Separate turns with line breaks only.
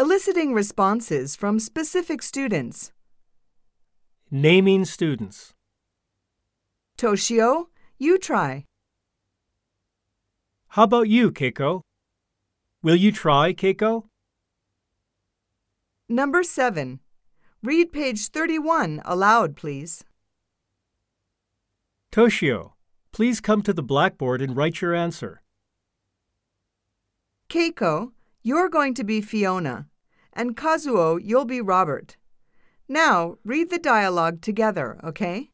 Eliciting responses from specific students.
Naming students.
Toshio, you try.
How about you, Keiko? Will you try, Keiko?
Number 7. Read page 31 aloud, please.
Toshio, please come to the blackboard and write your answer.
Keiko, you're going to be Fiona, and Kazuo, you'll be Robert. Now, read the dialogue together, okay?